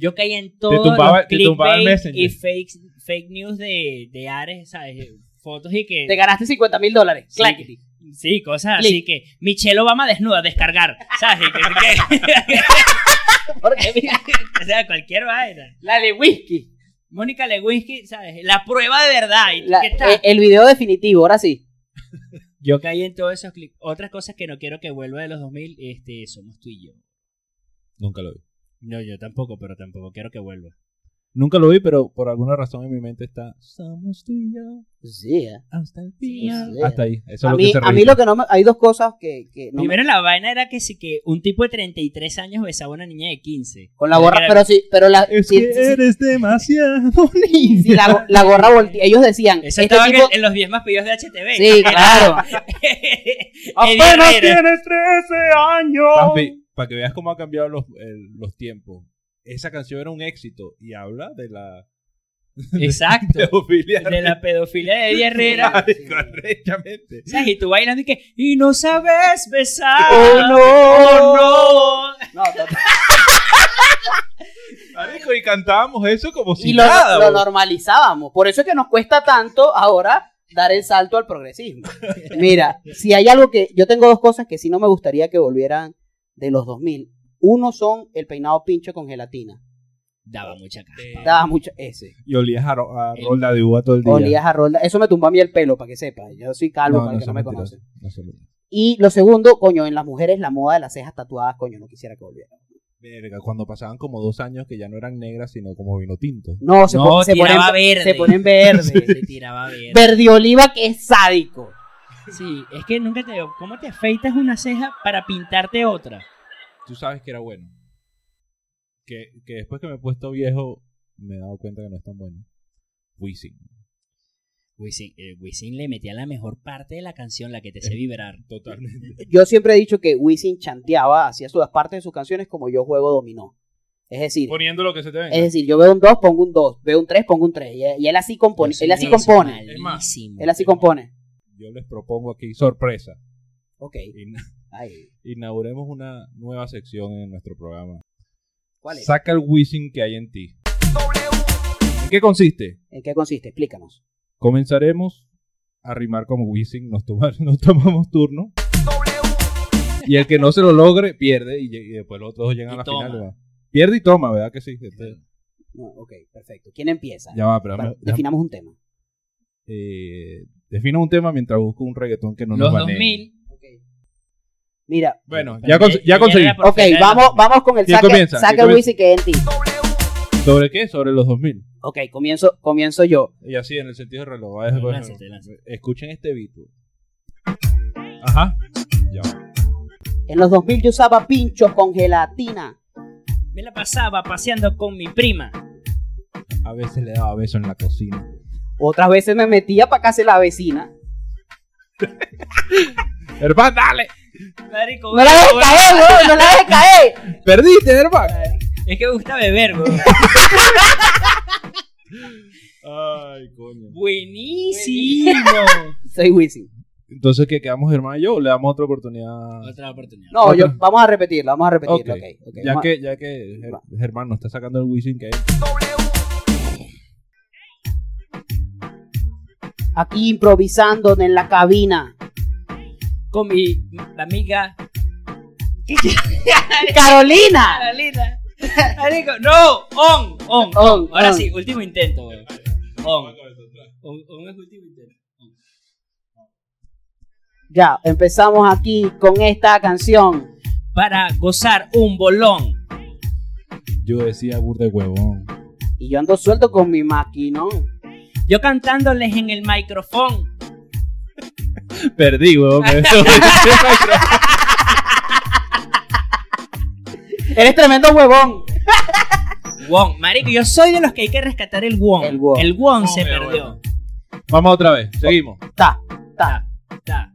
Yo caí en todo.
tumbaba- te tumbaba el
y
Messenger.
fake, fake news de, de Ares, ¿sabes? Fotos y que.
Te ganaste 50 mil dólares.
Sí.
Clackety.
Sí, cosas así que Michelle Obama desnuda, descargar. ¿Sabes? Que- que-
Porque (laughs) mira,
(laughs) o sea, cualquier vaina.
la de whisky.
Mónica Lewinsky, ¿sabes? La prueba de verdad. ¿Y tú
La-
qué tal?
eh, el video definitivo, ahora sí.
Yo caí en todos esos clips. Otras cosas que no quiero que vuelva de los 2000, este, somos tú y yo.
Nunca lo vi.
No, yo tampoco, pero tampoco quiero que vuelva.
Nunca lo vi, pero por alguna razón en mi mente está. Somos tú y yo
Pues
Sí, eh.
hasta el
Sí,
día".
sí.
Hasta ahí. Eso es
A
lo
mí,
que se
a mí
registra.
lo que no me- Hay dos cosas que, que no me-
Primero la vaina era que sí que un tipo de 33 años besaba a una niña de 15.
Con la
Era
gorra,
que era-
pero sí, pero la,
Es
sí,
que
sí, sí,
eres demasiado
(laughs) sí,
niña.
la, la gorra voltea. Ellos decían,
Eso
este
estaba en-
tipo...
en, los 10 más pedidos de HTV.
Sí, claro.
(laughs)
Ah,
Eddie
Apenas
Herrera.
tienes 13 años.
Papi, para que veas cómo ha cambiado los, el- los tiempos. Esa canción era un éxito y habla de la (laughs)
Exacto.
pedofilia.
De la pedofilia de Eddie
(laughs)
Herrera.
Marico, arrechamente.
¿Sabes? Y tú bailando y que, y no sabes besar. Oh,
¡Oh,
no!
No, no, no.
Marico, y cantábamos eso como si
y lo,
nada.
lo
bro.
normalizábamos. Por eso es que nos cuesta tanto ahora dar el salto al (laughs) progresismo. Mira, si hay algo que... Yo tengo dos cosas que sí no me gustaría que volvieran de los 2000. Uno son el peinado pincho con gelatina.
Daba mucha cara.
Daba mucho ese.
Y olías a, ro- a rolda de uva todo el día.
Olías a rolda. Eso me tumbó a mí el pelo, para que sepa. Yo soy calvo, para el que no
son
me
mentiras.
conoce.
No son mentiras.
Y lo segundo, coño, en las mujeres la moda de las cejas tatuadas, coño, no quisiera que volviera.
Verga, cuando pasaban como dos años que ya no eran negras, sino como vino tinto.
No, se,
No,
pon- se ponen,
tiraba verde.
se
(laughs)
ponen verde.
Se tiraba bien.
verde oliva que es sádico.
Sí, es que nunca te digo, ¿cómo te afeitas una ceja para pintarte otra?
Tú sabes que era bueno. Que, que después que me he puesto viejo, me he dado cuenta que no es tan bueno. Wisin.
Wisin, eh, Wisin le metía la mejor parte de la canción, la que te hace vibrar.
Totalmente.
Yo siempre he dicho que Wisin chanteaba, hacía sus partes de sus canciones como yo juego dominó. Es decir,
Poniendo lo que se te venga.
es decir, yo veo un 2, pongo un 2, veo un 3, pongo un 3. Y, y él así compone, él así
Eso es
compone,
Pues Es más,
malísimo.
él así compone.
Yo les propongo aquí, sorpresa,
Ok,
ina-
ahí.
inauguremos una nueva sección en nuestro programa.
¿Cuál es?
Saca el Wisin que hay en ti. ¿En qué consiste?
¿En qué consiste? Explícanos.
Comenzaremos a rimar como Wisin, nos, toma- (laughs) nos tomamos turno. Y el que no se lo logre, pierde y, lle- y después los otros dos llegan
Y
a la
toma.
final. ¿verdad? Pierde y toma, ¿verdad que sí? Este-
No, ok, perfecto. ¿Quién empieza?
ya va, pero
Bueno,
ya-
definamos un tema.
eh, defino un tema mientras busco un reggaetón que no
Los
nos banee.
2000.
Mira,
Bueno, ya, cons- ya
Ella
conseguí.
era
ok,
profeta de
vamos,
los-
vamos con el
¿Quién
saque,
comienza?
saque
¿Quién comienza?
Wisin que es en ti.
¿Sobre qué? Sobre los 2000.
Ok, comienzo, comienzo yo.
Y así, en el sentido del reloj.
Bueno, lánzate, lánzate.
Escuchen este beat. güey. Ajá. Ya.
En los 2000 yo usaba pinchos con gelatina.
Me la pasaba paseando con mi prima.
A veces le daba beso en la cocina.
Otras veces me metía para casa de la vecina.
Herman, dale.
Marico,
¡No la dejes
bueno,
caer, weón! ¡No la dejes caer!
Perdiste, Herman.
Es que me gusta beber, bro.
Ay, coño.
Buenísimo.
(laughs) Soy Wisin.
Entonces, ¿qué quedamos, Herman y yo? ¿O le damos otra oportunidad?
(laughs) Otra oportunidad.
No,
Otra.
yo, vamos a repetirlo, vamos a repetirlo.
Ok.
ok, ok,
Ya
vamos a-
que, ya que Her- Germán no está sacando el Wisin que hay.
Aquí improvisando en la (laughs) cabina.
Con mi amiga
¡Carolina!
Carolina. Marico, no, on, on, on.
On,
Ahora
on.
sí, último intento, bro. On. On, on es último intento.
Ya, empezamos aquí con esta canción.
Para gozar un bolón.
Yo decía burda de
(laughs)
huevón.
Y yo ando suelto con mi maquinón.
Yo cantándoles en el micrófono.
Perdí, (laughs) huevón.
¡Eres tremendo huevón!
Won, marico, yo soy de los que hay que rescatar el Won.
El won.
se
Hombre,
perdió.
Vamos otra vez. Seguimos.
Ta, ta.
Ta, ta.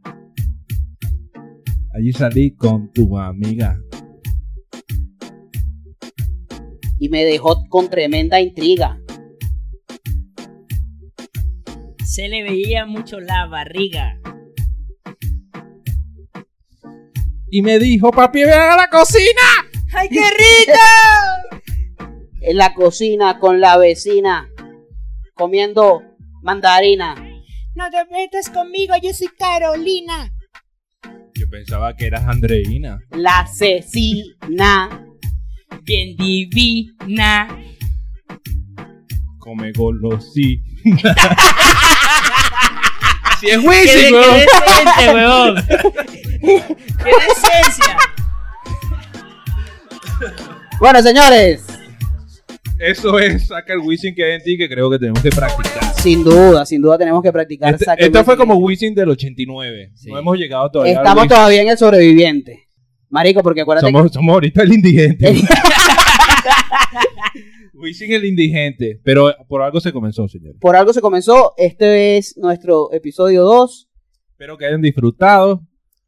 Allí salí con tu amiga.
Y me dejó con tremenda intriga.
Se le veía mucho la barriga.
Y me dijo, papi, ven a la cocina.
¡Ay, qué rico!
en la cocina con la vecina comiendo mandarina.
No te metas conmigo, yo soy Carolina.
pensaba que eras Andreina.
La asesina.
Bien divina.
Come
(laughs)
golosí.
Si es
¡Qué
Wisi, weón.
decente, huevón! ¡Qué decencia!
Bueno, señores.
Eso es, saca el Wisin que hay en ti que creo que tenemos que practicar.
Sin duda, sin duda tenemos que practicar.
Este,
saque
esta fue
Wisi.
como Wisin del 89.
Sí.
No hemos llegado todavía. al
Estamos
Wisin.
todavía en el sobreviviente. Marico, porque acuérdate
Somos, somos ahorita el
Eh.
indigente. Wisin el indigente. Pero por algo se comenzó, señores.
que por algo se comenzó. Este es nuestro episodio 2.
Espero que hayan disfrutado.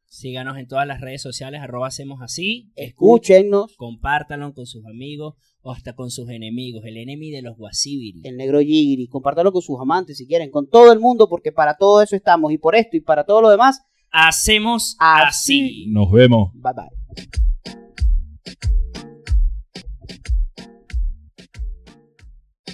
Síganos en todas las redes sociales, arroba hacemos así.
Escúchenos.
Compártanlo con sus amigos o hasta con sus enemigos. El enemy de los guasibiri.
El negro Yigri. Compártalo con sus amantes si quieren. Con todo el mundo, porque para todo eso estamos. Y por esto y para todo lo demás.
Hacemos
Así.
así.
Nos vemos.
Bye bye.